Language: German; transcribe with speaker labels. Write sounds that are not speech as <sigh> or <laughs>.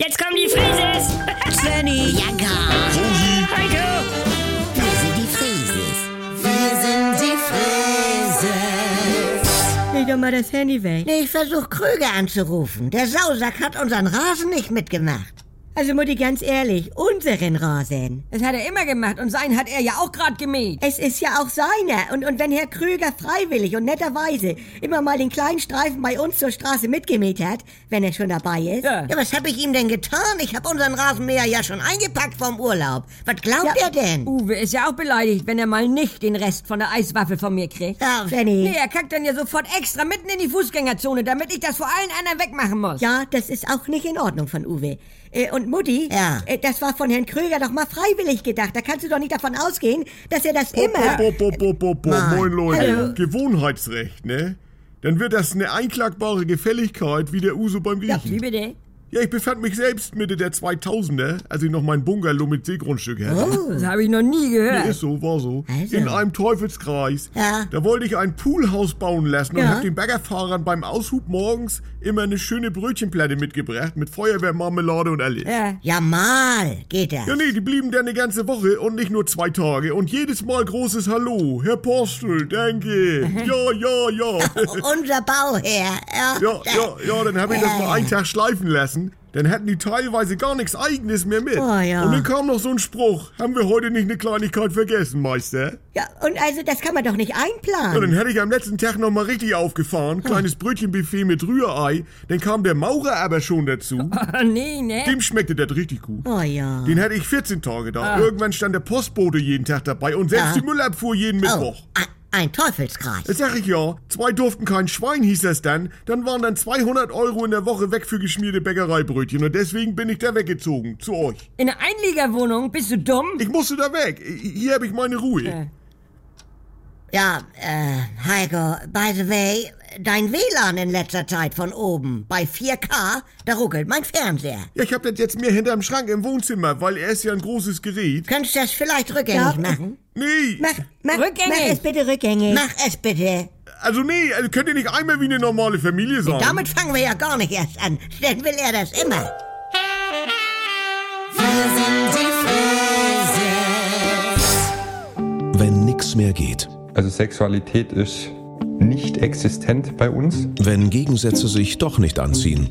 Speaker 1: Jetzt kommen die Frises! <laughs>
Speaker 2: Svenny,
Speaker 3: Ja, gar.
Speaker 1: Heiko!
Speaker 3: Wir sind die Frieses. Wir sind die Frieses.
Speaker 2: leg doch mal das Handy weg.
Speaker 3: Nee, ich versuche Kröger anzurufen. Der Sausack hat unseren Rasen nicht mitgemacht.
Speaker 2: Also Mutti, ganz ehrlich, unseren Rasen.
Speaker 4: Das hat er immer gemacht und sein hat er ja auch gerade gemäht.
Speaker 2: Es ist ja auch seiner. Und, und wenn Herr Kröger freiwillig und netterweise immer mal den kleinen Streifen bei uns zur Straße mitgemäht hat, wenn er schon dabei ist.
Speaker 4: Ja.
Speaker 3: Ja, was habe ich ihm denn getan? Ich habe unseren Rasenmäher ja schon eingepackt vom Urlaub. Was glaubt
Speaker 2: Ja.
Speaker 3: er denn?
Speaker 4: Uwe ist ja auch beleidigt, wenn er mal nicht den Rest von der Eiswaffe von mir kriegt.
Speaker 3: Ja,
Speaker 2: Svenny.
Speaker 4: Nee, er kackt dann ja sofort extra mitten in die Fußgängerzone, damit ich das vor allen anderen wegmachen muss.
Speaker 2: Ja, das ist auch nicht in Ordnung von Uwe. Äh, und Mutti,
Speaker 3: Ja.
Speaker 2: äh, das war von Herrn Kröger doch mal freiwillig gedacht. Da kannst du doch nicht davon ausgehen, dass er das immer...
Speaker 5: Bo, bo, bo, bo, bo.
Speaker 3: Nein.
Speaker 5: Moin Leute, Gewohnheitsrecht, ne? Dann wird das eine einklagbare Gefälligkeit wie der Uso beim
Speaker 4: Wie
Speaker 5: Griechen.
Speaker 4: bitte?
Speaker 5: Ja, ich befand mich selbst Mitte der 2000er, als ich noch mein Bungalow mit Seegrundstück hatte.
Speaker 4: Das habe ich noch nie
Speaker 5: Nee,
Speaker 4: gehört.
Speaker 5: Ist so, war so.
Speaker 3: Also.
Speaker 5: In einem Teufelskreis.
Speaker 3: Ja.
Speaker 5: Da wollte ich ein Poolhaus bauen lassen und
Speaker 2: Ja.
Speaker 5: hab den Baggerfahrern beim Aushub morgens immer eine schöne Brötchenplatte mitgebracht mit Feuerwehrmarmelade und alles.
Speaker 4: Ja. <laughs>
Speaker 3: ja mal geht das.
Speaker 5: Ja, nee, die blieben dann eine ganze Woche und nicht nur zwei Tage. Und jedes Mal großes Hallo. Herr Postel,
Speaker 2: <laughs>
Speaker 5: danke. Ja, ja, <laughs> ja.
Speaker 3: Unser Bauherr. Ja,
Speaker 5: Ja, ja, ja, dann habe ich das mal einen Tag schleifen lassen. Dann hatten die teilweise gar nichts Eigenes mehr mit.
Speaker 2: Oh, ja.
Speaker 5: Und dann kam noch so ein Spruch. Haben wir heute nicht eine Kleinigkeit vergessen, Meister?
Speaker 2: Ja, und also das kann man doch nicht
Speaker 5: Ja, dann
Speaker 2: einplanen.
Speaker 5: hätte ich am letzten Tag noch mal richtig aufgefahren.
Speaker 2: Oh.
Speaker 5: Kleines Brötchenbuffet mit Rührei. Dann kam der Maurer aber
Speaker 2: <laughs>
Speaker 5: schon dazu.
Speaker 4: Oh, nee, ne?
Speaker 5: Dem schmeckte das richtig gut.
Speaker 2: Oh
Speaker 3: Ah.
Speaker 2: ja.
Speaker 5: Den hätte ich 14 Tage da. Irgendwann stand der Postbote jeden Tag dabei und selbst die Müllabfuhr jeden
Speaker 3: Oh,
Speaker 5: Mittwoch.
Speaker 3: ein, ein Teufelskreis.
Speaker 5: Das sag ich ja. Zwei durften kein Schwein, hieß das dann. Dann waren dann 200 Euro in der Woche weg für geschmierte Bäckereibrötchen. Und deswegen bin ich da weggezogen. Zu euch.
Speaker 4: In einer Einliegerwohnung? Bist du dumm?
Speaker 5: Ich musste da weg. Hier habe ich meine Ruhe.
Speaker 3: Ja, äh, Heiko, by the way, dein WLAN in letzter Zeit von oben bei 4K, da ruckelt mein Fernseher.
Speaker 5: Ja, ich hab das jetzt mir hinterm Schrank im Wohnzimmer, weil er ist ja ein großes Gerät.
Speaker 3: Könntest du das vielleicht rückgängig
Speaker 2: Ja.
Speaker 3: machen?
Speaker 5: Nee.
Speaker 2: Mach, mach,
Speaker 4: Rückgängig.
Speaker 2: mach es bitte rückgängig.
Speaker 3: Mach es bitte.
Speaker 5: Also nee, also könnt ihr nicht einmal wie eine normale Familie sein.
Speaker 3: Damit fangen wir ja gar nicht erst an. Denn will er das immer.
Speaker 6: Wenn nichts mehr geht.
Speaker 7: Also Sexualität ist nicht existent bei uns.
Speaker 6: Wenn Gegensätze sich doch nicht anziehen.